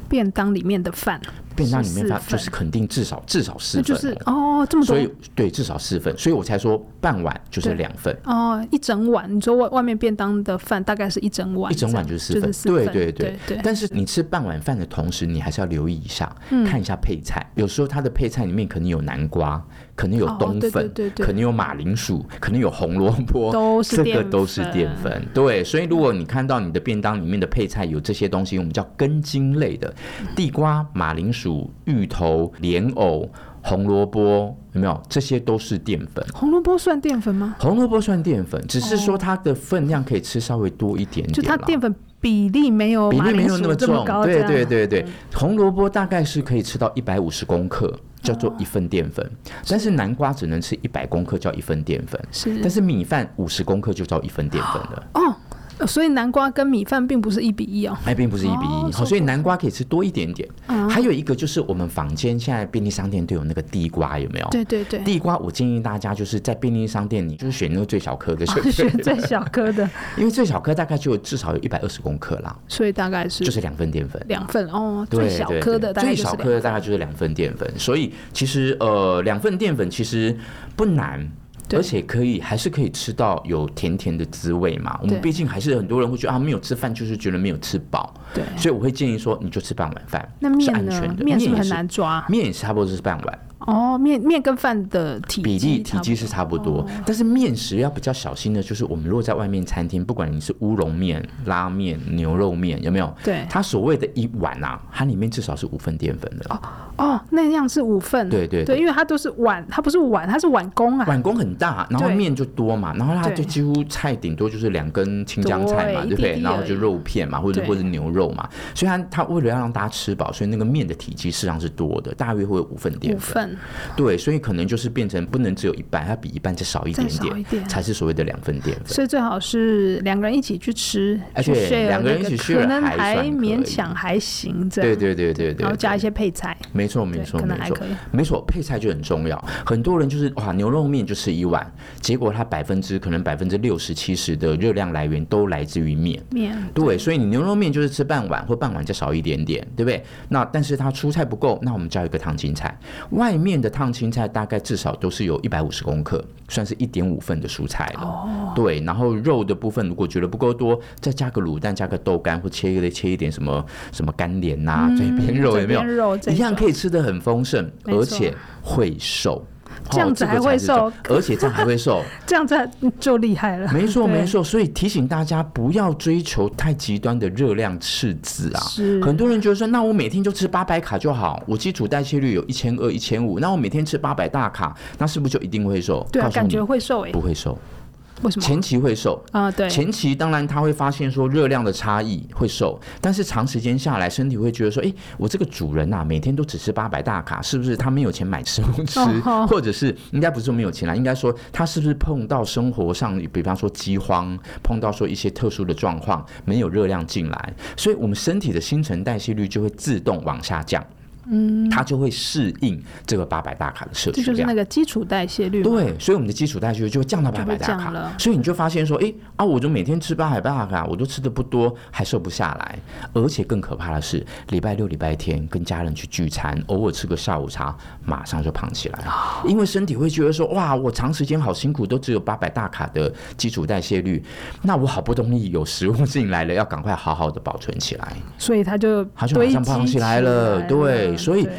Speaker 2: 便当里面的饭，
Speaker 1: 便当里面
Speaker 2: 是
Speaker 1: 饭
Speaker 2: 四
Speaker 1: 就是肯定至少至少四
Speaker 2: 那
Speaker 1: 份哦，
Speaker 2: 就是哦这么多
Speaker 1: 所以对至少四份，所以我才说半碗就是两份。
Speaker 2: 哦一整碗，你说外外面便当的饭大概是一整碗
Speaker 1: 一
Speaker 2: 这样，
Speaker 1: 整碗就是四
Speaker 2: 就
Speaker 1: 份，
Speaker 2: 是四份，
Speaker 1: 对
Speaker 2: 对对
Speaker 1: 但是你吃半碗饭的同时，你还是要留意一下，
Speaker 2: 嗯
Speaker 1: 看一下配菜。有时候它的配菜里面可能有南瓜，可能有
Speaker 2: 哦
Speaker 1: 冬
Speaker 2: 对
Speaker 1: 粉，
Speaker 2: 对对对
Speaker 1: 可能有马铃薯，可能有红萝卜，
Speaker 2: 都是
Speaker 1: 这
Speaker 2: 淀
Speaker 1: 个
Speaker 2: 粉
Speaker 1: 都是淀粉。对，所以如果你看到你的便当里面的配菜有这些东西，我们叫根茎类的，
Speaker 2: 嗯
Speaker 1: 地瓜、马铃薯、芋头、莲藕、红萝卜，有没有？这些都是淀粉。
Speaker 2: 红萝卜算淀粉吗？
Speaker 1: 红萝卜算淀粉，只是说它的分量可以吃稍微多一点点啦，
Speaker 2: 哦就它淀粉比例没有
Speaker 1: 比
Speaker 2: 马
Speaker 1: 例没
Speaker 2: 铃
Speaker 1: 有那
Speaker 2: 薯
Speaker 1: 么
Speaker 2: 这
Speaker 1: 重，
Speaker 2: 高，这
Speaker 1: 对
Speaker 2: 样嗯
Speaker 1: 对对对，红萝卜大概是可以吃到一百五十公克，叫做一份淀粉，
Speaker 2: 哦
Speaker 1: 但是南瓜只能吃一百公克，叫一份淀粉，但
Speaker 2: 是
Speaker 1: 是米饭五十公克就叫一份淀粉了。
Speaker 2: 嗯哦，呃所以南瓜跟米饭并不是一比一哦，
Speaker 1: 哎，并不是一比
Speaker 2: 哦嗯
Speaker 1: 一，好，所以南瓜可以吃多一点点。还有一个就是我们坊间现在便利商店都有那个地瓜，有没有？
Speaker 2: 对对对，
Speaker 1: 地瓜我建议大家就是在便利商店里就是选那个最小颗的，
Speaker 2: 哦 是最小颗的，
Speaker 1: 因为最小颗大概就至少有一百二十公克啦，
Speaker 2: 所以大概是
Speaker 1: 就是两份淀粉。
Speaker 2: 两份哦，
Speaker 1: 对
Speaker 2: 最小
Speaker 1: 对
Speaker 2: 颗
Speaker 1: 对
Speaker 2: 的大概
Speaker 1: 最
Speaker 2: 就
Speaker 1: 小
Speaker 2: 是
Speaker 1: 颗
Speaker 2: 两
Speaker 1: 的大概就是两份淀粉，所以其实呃两份淀粉其实不难。
Speaker 2: 对
Speaker 1: 而且可以，还是可以吃到有甜甜的滋味嘛。我
Speaker 2: 对
Speaker 1: 们毕竟还是很多人会觉得啊，没有吃饭就是觉得没有吃饱，
Speaker 2: 对。
Speaker 1: 所以我会建议说，你就吃半碗饭，
Speaker 2: 那
Speaker 1: 是
Speaker 2: 面
Speaker 1: 安
Speaker 2: 呢
Speaker 1: 全？的。
Speaker 2: 面是不是
Speaker 1: 也
Speaker 2: 很难抓
Speaker 1: 面也是差不多是半碗，
Speaker 2: 哦。面面跟饭的体
Speaker 1: 比例
Speaker 2: 积
Speaker 1: 体
Speaker 2: 差不哦
Speaker 1: 积是差不多，但是面食要比较小心的，就是我们如果在外面餐厅，不管你是乌龙面、拉面、牛肉面，有没有？
Speaker 2: 对
Speaker 1: 它所谓的一碗啊，它里面至少是五份淀粉的。
Speaker 2: 哦，那样是五份，啊
Speaker 1: 对对
Speaker 2: 对，
Speaker 1: 对
Speaker 2: 因为它都是碗，它不是碗，它是碗公啊，
Speaker 1: 碗公很大，然后
Speaker 2: 对
Speaker 1: 面就多嘛，然后它
Speaker 2: 对
Speaker 1: 就几乎菜顶多就是两根青江菜嘛，对不
Speaker 2: 对一
Speaker 1: 对
Speaker 2: 滴？滴
Speaker 1: 然后就
Speaker 2: 而已
Speaker 1: 肉片嘛，或者
Speaker 2: 对
Speaker 1: 或者牛肉嘛，所以它它为了要让大家吃饱，所以那个面的体积实际上是多的，大约会有五份淀
Speaker 2: 五
Speaker 1: 粉。
Speaker 2: 份，
Speaker 1: 对，所以可能就是变成不能只有一半，它比一半再少一
Speaker 2: 再
Speaker 1: 点
Speaker 2: 少一点
Speaker 1: 才是所谓的两份淀粉。
Speaker 2: 所以最好是两个人一起去吃，
Speaker 1: 而
Speaker 2: 去
Speaker 1: 且
Speaker 2: share
Speaker 1: 两个人
Speaker 2: 那
Speaker 1: 一起 share
Speaker 2: 可能
Speaker 1: 还
Speaker 2: 还
Speaker 1: 算可
Speaker 2: 勉
Speaker 1: 以
Speaker 2: 强还行这样。
Speaker 1: 对对对对对，
Speaker 2: 啊然后加一
Speaker 1: 对
Speaker 2: 些配菜，
Speaker 1: 没错没
Speaker 2: 对，
Speaker 1: 错
Speaker 2: 可能
Speaker 1: 没
Speaker 2: 还
Speaker 1: 错
Speaker 2: 可以。
Speaker 1: 没错，配菜就很重要。很多人就是哇，牛肉面就吃一碗，结果它百分之可能百分之六十七十的热量来源都来自于面。
Speaker 2: 面
Speaker 1: 对，所以你牛肉面就是吃半碗或半碗再少一点点，对不对？那但是它蔬菜不够，那我们加一个烫青菜。外面的烫青菜大概至少都是有一百五十公克，算是一点五份的蔬菜了。哦、对，然后肉的部分如果觉得不够多，再加个卤蛋，加个豆干，或切一个切一点什么什么干莲呐、嘴边肉有没有
Speaker 2: 这？边肉这
Speaker 1: 一样
Speaker 2: 种
Speaker 1: 可以吃的很丰盛，
Speaker 2: 没错
Speaker 1: 而且会瘦。
Speaker 2: 这样
Speaker 1: 哦
Speaker 2: 子
Speaker 1: 个
Speaker 2: 还
Speaker 1: 才
Speaker 2: 会
Speaker 1: 是重
Speaker 2: 瘦
Speaker 1: 而且这样还会 瘦，
Speaker 2: 这样子就厉害了。
Speaker 1: 没错
Speaker 2: 对
Speaker 1: 没，错。所以提醒大家不要追求太极端的热量赤字啊。
Speaker 2: 是
Speaker 1: 很多人觉得说，那我每天就吃八百卡就好，我基础代谢率有一千二、一千五，那我每天吃八百大卡，那是不是就一定会瘦？
Speaker 2: 对啊，
Speaker 1: 告诉
Speaker 2: 感
Speaker 1: 你
Speaker 2: 觉会瘦诶
Speaker 1: 不。会瘦。
Speaker 2: 为什么？
Speaker 1: 前期会瘦，
Speaker 2: 啊，对，
Speaker 1: 前期当然他会发现说热量的差异会瘦，但是长时间下来，身体会觉得说，哎、我这个主人呐、每天都只吃八百大卡，是不是他没有钱买食物吃？
Speaker 2: 哦哦
Speaker 1: 或者是应该不是说没有钱啦，应该说他是不是碰到生活上，比方说饥荒，碰到说一些特殊的状况，没有热量进来，所以我们身体的新陈代谢率就会自动往下降。嗯，它就会适应这个八百大卡的摄
Speaker 2: 这
Speaker 1: 取
Speaker 2: 就是
Speaker 1: 量
Speaker 2: 那。个基础代谢率嘛。
Speaker 1: 对，所以我们的基础代谢率就会降到八
Speaker 2: 就
Speaker 1: 百
Speaker 2: 会
Speaker 1: 大
Speaker 2: 降
Speaker 1: 卡
Speaker 2: 了
Speaker 1: 所以你就发现说，诶啊，我就每天吃八百大卡，我都吃的不多，还瘦不下来。而且更可怕的是，礼拜六、礼拜天跟家人去聚餐，偶尔吃个下午茶，马上就胖起来，
Speaker 2: 哦
Speaker 1: 因为身体会觉得说，哇，我长时间好辛苦，都只有八百大卡的基础代谢率，那我好不容易有食物进来了，要赶快好好的保存起来。
Speaker 2: 所以他就
Speaker 1: 他就马
Speaker 2: 堆积
Speaker 1: 上胖起来了对所以
Speaker 2: 对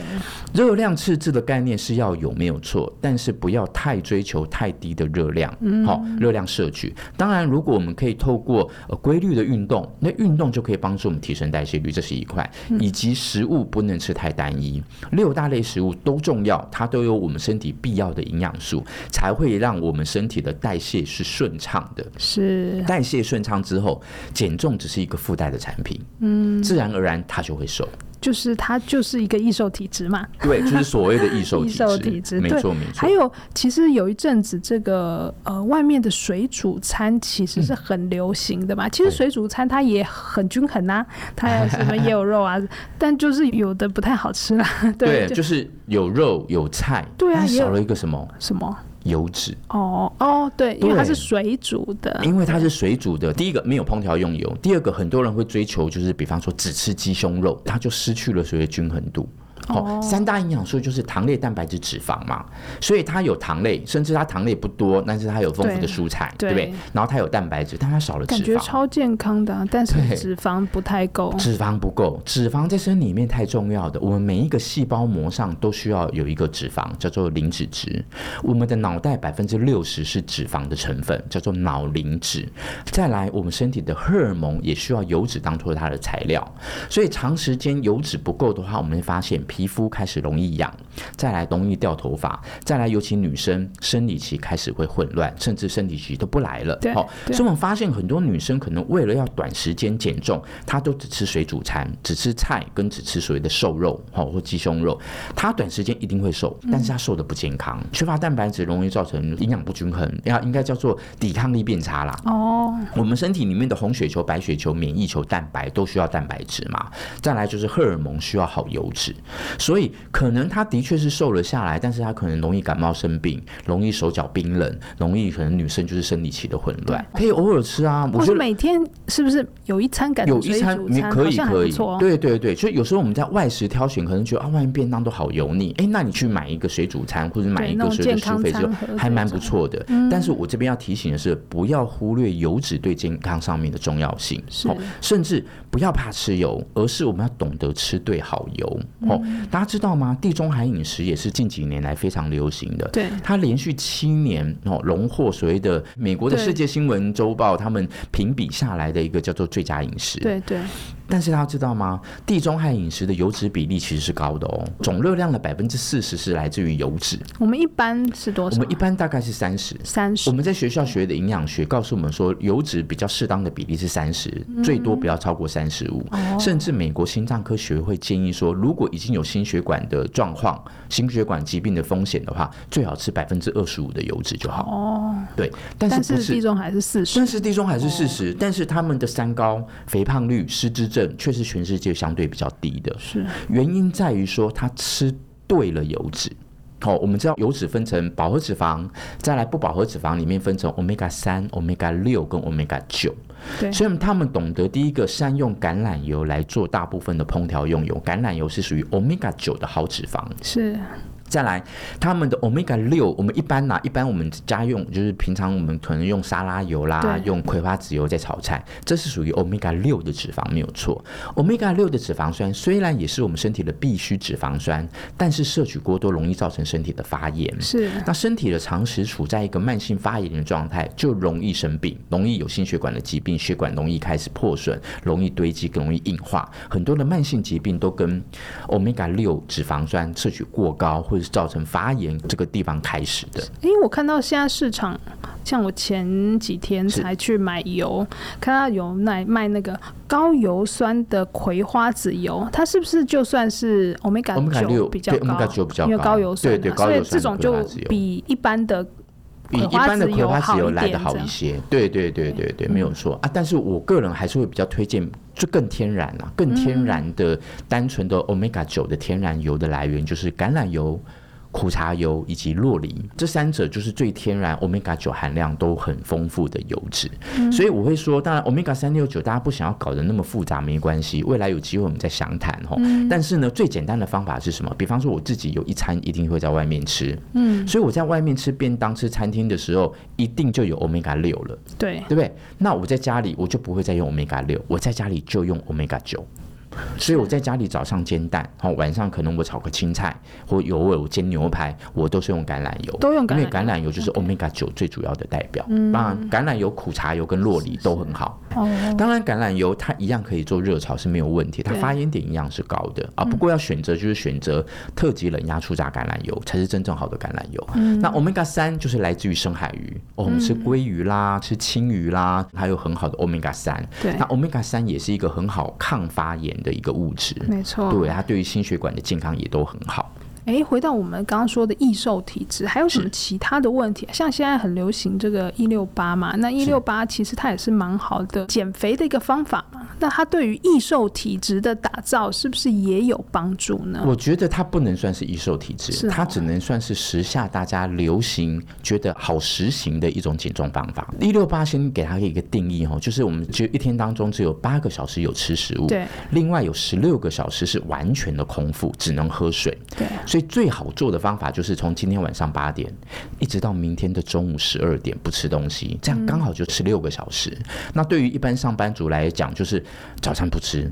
Speaker 1: 热量赤字的概念是要有没有错，但是不要太追求太低的热量，好、
Speaker 2: 嗯
Speaker 1: 热量摄取。当然，如果我们可以透过呃规律的运动，那运动就可以帮助我们提升代谢率，这是一块，
Speaker 2: 嗯
Speaker 1: 以及食物不能吃太单一，六大类食物都重要，它都有我们身体必要的营养素，才会让我们身体的代谢是顺畅的。
Speaker 2: 是
Speaker 1: 代谢顺畅之后，减重只是一个附带的产品，嗯，自然而然它就会瘦。
Speaker 2: 就是他就是一个易瘦体质嘛。
Speaker 1: 对，就是所谓的易瘦
Speaker 2: 易
Speaker 1: 体 质，
Speaker 2: 瘦体质
Speaker 1: 没
Speaker 2: 对
Speaker 1: 错没错。
Speaker 2: 还有，其实有一阵子这个呃，外面的水煮餐其实是很流行的嘛。其实
Speaker 1: 对
Speaker 2: 水煮餐它也很均衡啊，它有什么也 有肉啊，但就是有的不太好吃啦。
Speaker 1: 对，
Speaker 2: 就
Speaker 1: 就是有肉有菜，
Speaker 2: 对啊
Speaker 1: 但
Speaker 2: 也
Speaker 1: 是
Speaker 2: 有
Speaker 1: 少了一个什么
Speaker 2: 什么
Speaker 1: 油脂，
Speaker 2: 哦哦，对，因为
Speaker 1: 对
Speaker 2: 它是水煮的，
Speaker 1: 因为它是水煮的。第一个没有烹调用油，第二个很多人会追求就是，比方说只吃鸡胸肉，它就失去了所谓均衡度。哦，三大营养素就是糖类、蛋白质、脂肪嘛，所以它有糖类，甚至它糖类不多，但是它有丰富
Speaker 2: 对
Speaker 1: 的蔬菜，
Speaker 2: 对
Speaker 1: 对不对？然后它有蛋白质，但它少了
Speaker 2: 感
Speaker 1: 脂
Speaker 2: 觉
Speaker 1: 肪。
Speaker 2: 超健康的啊、但是
Speaker 1: 对
Speaker 2: 脂肪不太够。
Speaker 1: 脂肪不够，脂肪在身体里面太重要的。我们每一个细胞膜上都需要有一个脂肪，叫做磷脂质。我们的脑袋百分之六十是脂肪的成分，叫做脑磷脂。再来，我们身体的荷尔蒙也需要油脂当做它的材料。所以长时间油脂不够的话，我们会发现皮肤开始容易痒，再来容易掉头发，再来尤其女生生理期开始会混乱，甚至生理期都不来了。
Speaker 2: 对
Speaker 1: 哦
Speaker 2: 对
Speaker 1: 所以我们发现很多女生可能为了要短时间减重，她都只吃水煮餐，只吃菜跟只吃所谓的瘦肉哦或鸡胸肉，她短时间一定会瘦，但是她瘦的不健康，缺乏蛋白质容易造成营养不均衡，要应该叫做抵抗力变差啦。
Speaker 2: 哦，
Speaker 1: 我们身体里面的红血球、白血球、免疫球、蛋白都需要蛋白质嘛，再来就是荷尔蒙需要好油脂，所以可能他的确是瘦了下来，但是他可能容易感冒生病，容易手脚冰冷，容易可能女生就是生理期的混乱，可以偶尔吃啊，我
Speaker 2: 或
Speaker 1: 觉
Speaker 2: 是
Speaker 1: 得。
Speaker 2: 每天是不是有一餐改成
Speaker 1: 有一
Speaker 2: 水
Speaker 1: 餐
Speaker 2: 煮
Speaker 1: 你
Speaker 2: 餐，
Speaker 1: 可
Speaker 2: 好
Speaker 1: 以
Speaker 2: 像还
Speaker 1: 可
Speaker 2: 不
Speaker 1: 以
Speaker 2: 错、哦，。
Speaker 1: 对对对，所以有时候我们在外食挑选，可能觉得啊，外面便当都好油腻，哎，那你去买一个水煮餐或者买
Speaker 2: 对
Speaker 1: 一
Speaker 2: 那
Speaker 1: 个
Speaker 2: 种
Speaker 1: 水煮
Speaker 2: 健
Speaker 1: 食
Speaker 2: 康
Speaker 1: 肥之后
Speaker 2: 餐盒，
Speaker 1: 还
Speaker 2: 哦这嗯
Speaker 1: 蛮
Speaker 2: 种
Speaker 1: 不错的。但是我这边要提醒的是，不要忽略油脂对健康上面的重要性，哦
Speaker 2: 是
Speaker 1: 甚至不要怕吃油，而是我们要懂得吃对好油。哦，
Speaker 2: 嗯
Speaker 1: 大家知道吗？地中海饮食也是近几年来非常流行的，
Speaker 2: 对
Speaker 1: 它连续七年哦荣获所谓的美国的
Speaker 2: 对
Speaker 1: 世界新闻周报他们评比下来的一个叫做最佳饮食。
Speaker 2: 对对，
Speaker 1: 但是大家知道吗？地中海饮食的油脂比例其实是高的哦，总热量的百分之四十是来自于油脂。
Speaker 2: 我们一般哦是多
Speaker 1: 我
Speaker 2: 少？
Speaker 1: 们一般大概是三十。
Speaker 2: 三
Speaker 1: 我
Speaker 2: 十，
Speaker 1: 们在学校学的营养学告诉我们说，油脂比较适当的比例是三十、最多不要超过三十五。甚至美国心脏科学会建议说，如果已经有心血管的状况、心血管疾病的风险的话，最好吃百分之二十五的油脂就好。哦，对，但
Speaker 2: 但
Speaker 1: 是不
Speaker 2: 是地
Speaker 1: 是。
Speaker 2: 中海是四十
Speaker 1: 但，是地中海是事
Speaker 2: 哦
Speaker 1: 实，但是他们的三高、肥胖率、失智症却是全世界相对比较低的。
Speaker 2: 是
Speaker 1: 原因在于说他吃对了油脂。哦，我们知道油脂分成饱和脂肪，再来不饱和脂肪里面分成 omega 三、omega 六跟 omega 九。
Speaker 2: 对
Speaker 1: 所以他们懂得第一个善用橄榄油来做大部分的烹调用油，橄榄油是属于 omega 九的好脂肪。
Speaker 2: 是
Speaker 1: 再来，他们的 omega 六，我们一般拿、一般我们家用就是平常我们可能用沙拉油啦
Speaker 2: 对，
Speaker 1: 用葵花籽油在炒菜，这是属于 omega 六的脂肪，没有错。omega 六的脂肪酸虽然也是我们身体的必需脂肪酸，但是摄取过多容易造成身体的发炎。
Speaker 2: 是
Speaker 1: 那身体的长时处在一个慢性发炎的状态，就容易生病，容易有心血管的疾病，血管容易开始破损，容易堆积，更容易硬化。很多的慢性疾病都跟 omega 六脂肪酸摄取过高或者者是造成发炎这个地方开始的。
Speaker 2: 诶，我看到现在市场，像我前几天
Speaker 1: 是
Speaker 2: 才去买油，看到有卖卖那个高油酸的葵花籽油，它是不是就算是欧米伽
Speaker 1: Omega
Speaker 2: 九
Speaker 1: 六
Speaker 2: 比较
Speaker 1: 对
Speaker 2: 高？
Speaker 1: ，Omega 九比较
Speaker 2: 因为
Speaker 1: 高
Speaker 2: 高油酸、啊，
Speaker 1: 对对高油
Speaker 2: 所以
Speaker 1: 酸
Speaker 2: 这种
Speaker 1: 的
Speaker 2: 就
Speaker 1: 葵花籽油
Speaker 2: 比一般的
Speaker 1: 比
Speaker 2: 葵
Speaker 1: 一
Speaker 2: 花
Speaker 1: 般的
Speaker 2: 籽
Speaker 1: 葵
Speaker 2: 油
Speaker 1: 花
Speaker 2: 好
Speaker 1: 籽油
Speaker 2: 一
Speaker 1: 来的
Speaker 2: 点
Speaker 1: 好
Speaker 2: 这
Speaker 1: 一
Speaker 2: 样嗯
Speaker 1: 些，对对对对对，没有错啊。但是我个人还是会比较推荐就更天然啦，更
Speaker 2: 嗯
Speaker 1: 天然的单纯的 omega 九的天然油的来源就是橄榄油。苦茶油以及洛梨这三者就是最天然 omega 九含量都很丰富的油脂，
Speaker 2: 嗯
Speaker 1: 所以我会说，当然 omega 三六九大家不想要搞得那么复杂没关系，未来有机会我们再详谈哈。
Speaker 2: 嗯
Speaker 1: 但是呢，最简单的方法是什么？比方说我自己有一餐一定会在外面吃，
Speaker 2: 嗯
Speaker 1: 所以我在外面吃便当、吃餐厅的时候，一定就有 omega 六了，
Speaker 2: 对，
Speaker 1: 对不对？那我在家里我就不会再用 omega 六，我在家里就用 omega 九。所以我在家里早上煎蛋，好、晚上可能我炒个青菜，或有偶尔我煎牛排，我都是用橄榄油，
Speaker 2: 都用橄榄油嗯
Speaker 1: 因为橄榄油就是 omega 九最主要的代表。当然，橄榄油、苦茶油跟洛梨都很好。
Speaker 2: 哦，
Speaker 1: 当然，橄榄油它一样可以做热炒是没有问题，它
Speaker 2: 对
Speaker 1: 发烟点一样是高的啊。不过要选择就是选择特级冷压初榨橄榄油才是真正好的橄榄油。
Speaker 2: 嗯
Speaker 1: 那 omega 三就是来自于深海鱼，哦、我们吃鲑鱼啦、吃青鱼啦，还有很好的 omega 三。
Speaker 2: 嗯对
Speaker 1: 那 omega 三也是一个很好抗发炎的一个物质。
Speaker 2: 没错。
Speaker 1: 对，它对于心血管的健康也都很好。
Speaker 2: 哎，回到我们刚刚说的易瘦体质，还有什么
Speaker 1: 嗯
Speaker 2: 其他的问题？啊像现在很流行这个一六八嘛，那一六八其实它也是蛮好的减肥的一个方法嘛。那它对于易瘦体质的打造是不是也有帮助呢？
Speaker 1: 我觉得它不能算是易瘦体
Speaker 2: 嗯是
Speaker 1: 质，
Speaker 2: 哦
Speaker 1: 它只能算是时下大家流行、觉得好实行的一种减重方法。一六八先给它一个定义哦，就是我们只有一天当中只有八个小时有吃食物，
Speaker 2: 对
Speaker 1: 另外有十六个小时是完全的空腹，只能喝水。
Speaker 2: 对，
Speaker 1: 所以最好做的方法就是从今天晚上八点一直到明天的中午十二点不吃东西，这样刚好就吃六个小时。那对于一般上班族来讲，就是早餐不吃。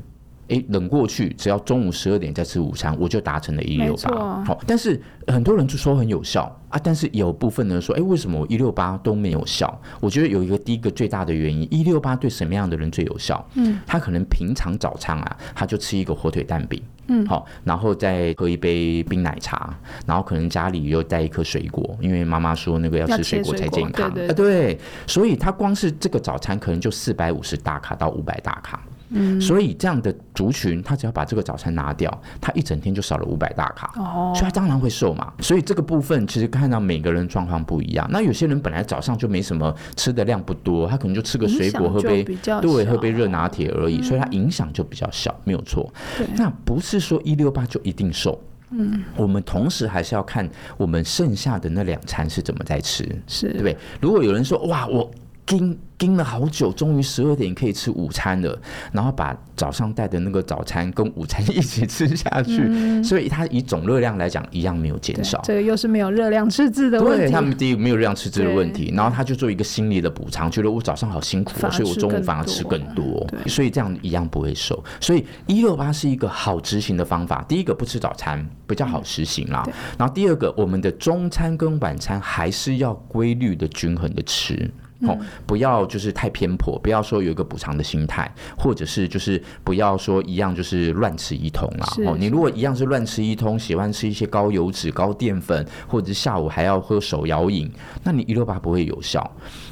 Speaker 1: 诶，冷过去，只要中午十二点再吃午餐，我就达成了一
Speaker 2: 没
Speaker 1: 六
Speaker 2: 错
Speaker 1: 八。好、但是很多人就说很有效啊，但是有部分人说，诶，为什么我一六八都没有效？我觉得有一个第一个最大的原因，一六八对什么样的人最有效？嗯，他可能平常早餐啊，他就吃一个火腿蛋饼，嗯，好、然后再喝一杯冰奶茶，然后可能家里又带一颗水果，因为妈妈说那个要
Speaker 2: 要
Speaker 1: 吃水
Speaker 2: 切
Speaker 1: 果
Speaker 2: 水
Speaker 1: 才
Speaker 2: 果
Speaker 1: 健康，
Speaker 2: 对对
Speaker 1: 啊对，所以他光是这个早餐可能就四百五十大卡到五百大卡。嗯，所以这样的族群，他只要把这个早餐拿掉，他一整天就少了五百大卡。
Speaker 2: 哦，
Speaker 1: 所以他当然会瘦嘛。所以这个部分其实看到每个人状况不一样。那有些人本来早上就没什么吃的量不多，他可能就吃个水果，
Speaker 2: 影响
Speaker 1: 喝
Speaker 2: 就
Speaker 1: 杯
Speaker 2: 比较
Speaker 1: 对，
Speaker 2: 小
Speaker 1: 喝杯热拿铁而已，所以它影响就比较小，没有错
Speaker 2: 对。
Speaker 1: 那不是说一六八就一定瘦。嗯，我们同时还是要看我们剩下的那两餐是怎么在吃，
Speaker 2: 是
Speaker 1: 对不对？如果有人说哇，我盯盯了好久，终于十二点可以吃午餐了，然后把早上带的那个早餐跟午餐 一起吃下去，所以它以总热量来讲一样没有减
Speaker 2: 嗯对
Speaker 1: 少。
Speaker 2: 这个又是没有热量赤字的问
Speaker 1: 对
Speaker 2: 题
Speaker 1: 他。们第一个没有热量赤字的问题，然后他就做一个心理的补偿，觉得我早上好辛苦哦，
Speaker 2: 反而
Speaker 1: 所以我
Speaker 2: 吃
Speaker 1: 中午
Speaker 2: 更
Speaker 1: 反而吃更多
Speaker 2: 多，对
Speaker 1: 所以这样一样不会瘦。所以一六八是一个好执行的方法。第一个不吃早餐比较好实行啦，然后第二个我们的中餐跟晚餐还是要规律的、均衡的吃。哦，不要就是太偏颇，不要说有一个补偿的心态，或者是就是不要说一样就是乱吃一通啦
Speaker 2: 是。
Speaker 1: 哦，你如果一样是乱吃一通，喜欢吃一些高油脂、高淀粉，或者是下午还要喝手摇饮，那你一六八不会有效。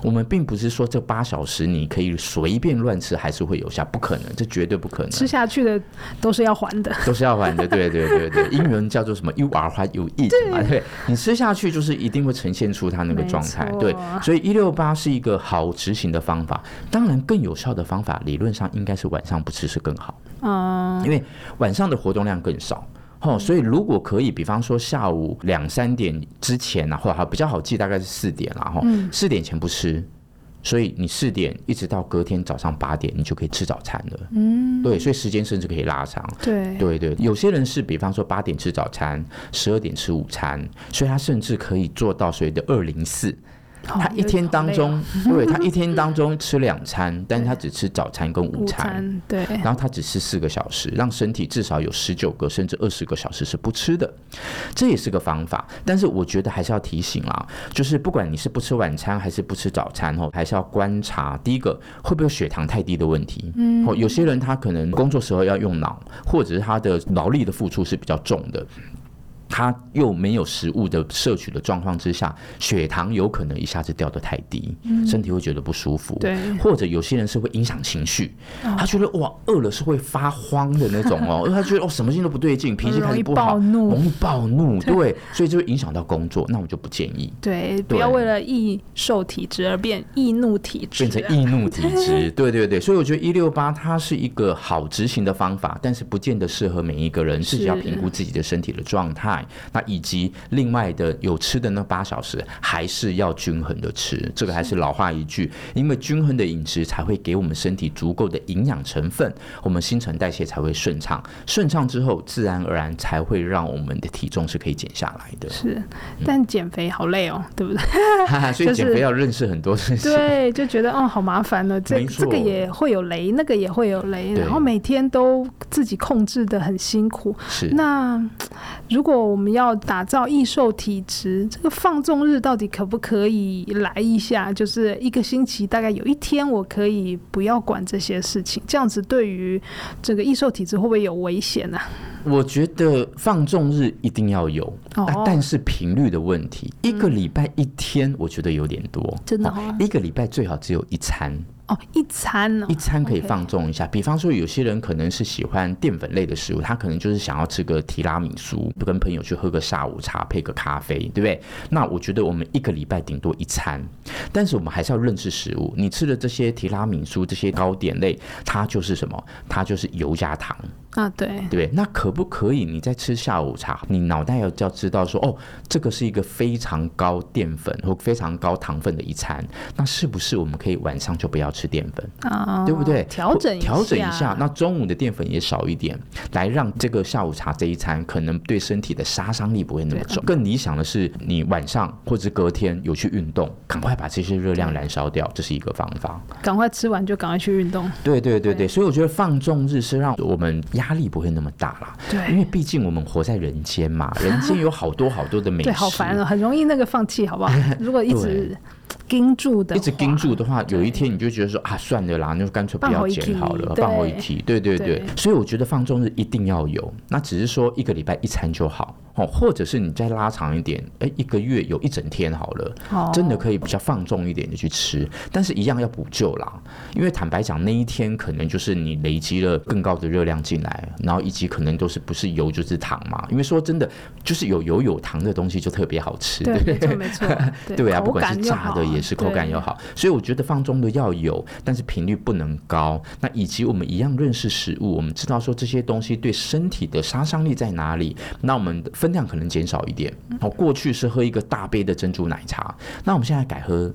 Speaker 1: 我们并不是说这八小时你可以随便乱吃还是会有效，不可能，这绝对不可能。
Speaker 2: 吃下去的都是要还的，
Speaker 1: 都是要还的，对对对对，英文叫做什么 “you are what you eat” 嘛，对你吃下去就是一定会呈现出它那个状态
Speaker 2: 没，错
Speaker 1: 对，所以一六八是一个好执行的方法，当然更有效的方法，理论上应该是晚上不吃是更好，
Speaker 2: 嗯，
Speaker 1: 因为晚上的活动量更少。哦，所以如果可以，比方说下午两三点之前啊，或者比较好记，大概是四点啦，哈、
Speaker 2: 嗯
Speaker 1: 四点前不吃，所以你四点一直到隔天早上八点，你就可以吃早餐了。嗯，对，所以时间甚至可以拉长。
Speaker 2: 对，
Speaker 1: 对对，有些人是比方说八点吃早餐，十二点吃午餐，所以他甚至可以做到所谓的二零四。
Speaker 2: 哦
Speaker 1: 他一天当，中，对他一天当中吃两餐，但是他只吃早餐跟
Speaker 2: 有
Speaker 1: 午
Speaker 2: 点好累哦午
Speaker 1: 餐。
Speaker 2: 餐对，
Speaker 1: 然后他只吃四个小时，让身体至少有十九个甚至二十个小时是不吃的，这也是个方法。但是我觉得还是要提醒啦，就是不管你是不吃晚餐还是不吃早餐哦，还是要观察第一个会不会有血糖太低的问题。嗯，哦，有些人他可能工作时候要用脑，或者是他的劳力的付出是比较重的。他又没有食物的摄取的状况之下，血糖有可能一下子掉得太低，身体会觉得不舒服。
Speaker 2: 嗯对
Speaker 1: 或者有些人是会影响情绪，
Speaker 2: 哦
Speaker 1: 他觉得哇饿了是会发慌的那种哦，因为他觉得哦什么事情都不对劲，脾气
Speaker 2: 容
Speaker 1: 开
Speaker 2: 易
Speaker 1: 始不好，
Speaker 2: 暴怒
Speaker 1: 容易暴怒，对，所以就会影响到工作，那我就不建议。
Speaker 2: 对，不要为了易受体质而变易怒体质
Speaker 1: 变
Speaker 2: 啊，
Speaker 1: 成易怒体 质，对对对，所以我觉得一六八它是一个好执行的方法，但是不见得适合每一个人，自己要评估自己的身体的状态，那以及另外的有吃的那八小时还是要均衡的吃，这个还是老话一句，因为均衡的饮食才会给我们身体足够的营养成分，我们新陈代谢才会顺畅，顺畅之后自然而然才会让我们的体重是可以减下来 的，
Speaker 2: 是，但减肥好累哦，对不 对？
Speaker 1: 哈哈，所以
Speaker 2: 就是
Speaker 1: 减肥要认识很多事情。
Speaker 2: 对，就觉得哦，好麻烦了，这
Speaker 1: 没
Speaker 2: 这个
Speaker 1: 错
Speaker 2: 也会有雷，那个也会有雷，
Speaker 1: 对
Speaker 2: 然后每天都自己控制的很辛苦。
Speaker 1: 是
Speaker 2: 那如果我们要打造易瘦体质，这个放纵日到底可不可以来一下？就是一个星期大概有一天，我可以不要管这些事情，这样子对于这个易瘦体质会不会有危险啊呢、
Speaker 1: 我觉得放纵日一定要有，
Speaker 2: 哦嗯
Speaker 1: 啊但是频率的问题，一个礼拜一天，我觉得有点多，
Speaker 2: 真的
Speaker 1: 啊
Speaker 2: 哦
Speaker 1: 一个礼拜最好只有一餐，
Speaker 2: 哦，一餐呢、
Speaker 1: 一餐可以
Speaker 2: OK
Speaker 1: 放纵一下。比方说，有些人可能是喜欢淀粉类的食物，他可能就是想要吃个提拉米苏，跟朋友去喝个下午茶，配个咖啡，对不对？那我觉得我们一个礼拜顶多一餐，但是我们还是要认识食物。你吃的这些提拉米苏、这些糕点类，它就是什么？它就是油加糖。
Speaker 2: 啊，对，
Speaker 1: 对，那可不可以你在吃下午茶，你脑袋要要知道说，哦，这个是一个非常高淀粉或非常高糖分的一餐，那是不是我们可以晚上就不要吃淀粉，
Speaker 2: 啊，
Speaker 1: 对不对？
Speaker 2: 调整
Speaker 1: 哦调整一下，那中午的淀粉也少一点，来让这个下午茶这一餐可能对身体的杀伤力不会那么重。更理想的是，你晚上或者隔天有去运动，赶快把这些热量燃烧掉，这是一个方法。
Speaker 2: 赶快吃完就赶快去运动。
Speaker 1: 对对对对，所以我觉得放纵日是让我们压力不会那么大啦。
Speaker 2: 对
Speaker 1: 因为毕竟我们活在人间嘛，人间有好多好多的美食，
Speaker 2: 对，好烦哦，很容易那个放弃，好 不好？如果一直盯住的，
Speaker 1: 一直盯，住的话，有一天你就觉得说啊，算了啦，那就干脆不要减好了，
Speaker 2: 放
Speaker 1: 放
Speaker 2: 回
Speaker 1: 回
Speaker 2: 一
Speaker 1: 一
Speaker 2: 体
Speaker 1: 体。对对
Speaker 2: 对
Speaker 1: 对，所以我觉得放纵日一定要有，那只是说一个礼拜一餐就好哦，或者是你再拉长一点，哎，一个月有一整天好了，
Speaker 2: 哦
Speaker 1: 真的可以比较放纵一点的去吃，但是一样要补救啦，因为坦白讲，那一天可能就是你累积了更高的热量进来，然后以及可能都是不是油就是糖嘛，因为说真的，就是有油有糖的东西就特别好吃，
Speaker 2: 对，
Speaker 1: 不
Speaker 2: 没错没错，
Speaker 1: 对啊，
Speaker 2: 口
Speaker 1: 不管
Speaker 2: 感
Speaker 1: 是
Speaker 2: 又好
Speaker 1: 炸的也是口感要
Speaker 2: 对
Speaker 1: 好，所以我觉得放纵的要有，但是频率不能高。那以及我们一样认识食物，我们知道说这些东西对身体的杀伤力在哪里，那我们的分量可能减少一点。
Speaker 2: 嗯
Speaker 1: 哦，过去是喝一个大杯的珍珠奶茶，那我们现在改喝。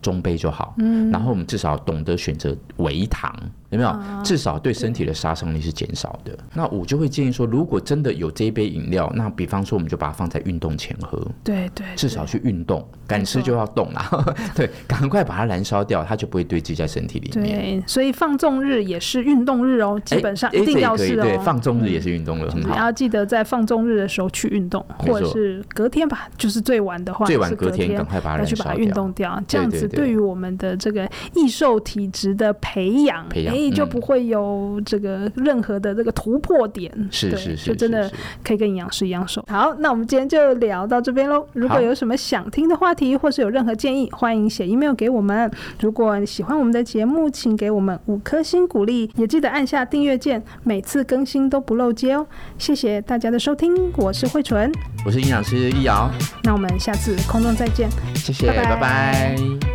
Speaker 1: 中杯就好，嗯，然后我们至少懂得选择微糖，有没有？
Speaker 2: 啊
Speaker 1: 至少对身体的杀伤力是减少的。那我就会建议说，如果真的有这一杯饮料，那比方说我们就把它放在运动前喝，
Speaker 2: 对对，
Speaker 1: 至少去运动，敢吃就要动 啦。对，赶快把它燃烧掉，它就不会堆积在身体里面。
Speaker 2: 对，所以放纵日也是运动日哦，基
Speaker 1: 哎
Speaker 2: 本上
Speaker 1: 哎
Speaker 2: 一定
Speaker 1: 这也
Speaker 2: 要
Speaker 1: 可以
Speaker 2: 是
Speaker 1: 对，
Speaker 2: 哦。
Speaker 1: 放纵日也是运动了，很
Speaker 2: 你
Speaker 1: 好。
Speaker 2: 要记得在放纵日的时候去运动，
Speaker 1: 没错
Speaker 2: 或者是隔天吧，就是最晚的话，
Speaker 1: 最晚
Speaker 2: 是
Speaker 1: 隔天
Speaker 2: 天
Speaker 1: 赶快把它
Speaker 2: 要
Speaker 1: 燃
Speaker 2: 去
Speaker 1: 烧
Speaker 2: 把它
Speaker 1: 掉。
Speaker 2: 运动掉，这
Speaker 1: 对
Speaker 2: 样
Speaker 1: 对
Speaker 2: 子
Speaker 1: 对
Speaker 2: 对于我们的这个易瘦体质的培养，
Speaker 1: 培养
Speaker 2: 哎，就
Speaker 1: 嗯
Speaker 2: 不会有这个任何的这个突破点。
Speaker 1: 是
Speaker 2: 对
Speaker 1: 是是，
Speaker 2: 就真的
Speaker 1: 是是
Speaker 2: 可以跟营养师一样瘦。好，那我们今天就聊到这边喽。如果
Speaker 1: 好
Speaker 2: 有什么想听的话题，或是有任何建议，欢迎写 email 给我们。如果你喜欢我们的节目，请给我们五颗星鼓励，也记得按下订阅键，每次更新都不漏接哦。谢谢大家的收听，我是慧纯，
Speaker 1: 我是营养师易瑶，
Speaker 2: 那我们下次空中再见。
Speaker 1: 谢谢，
Speaker 2: 拜拜
Speaker 1: 拜拜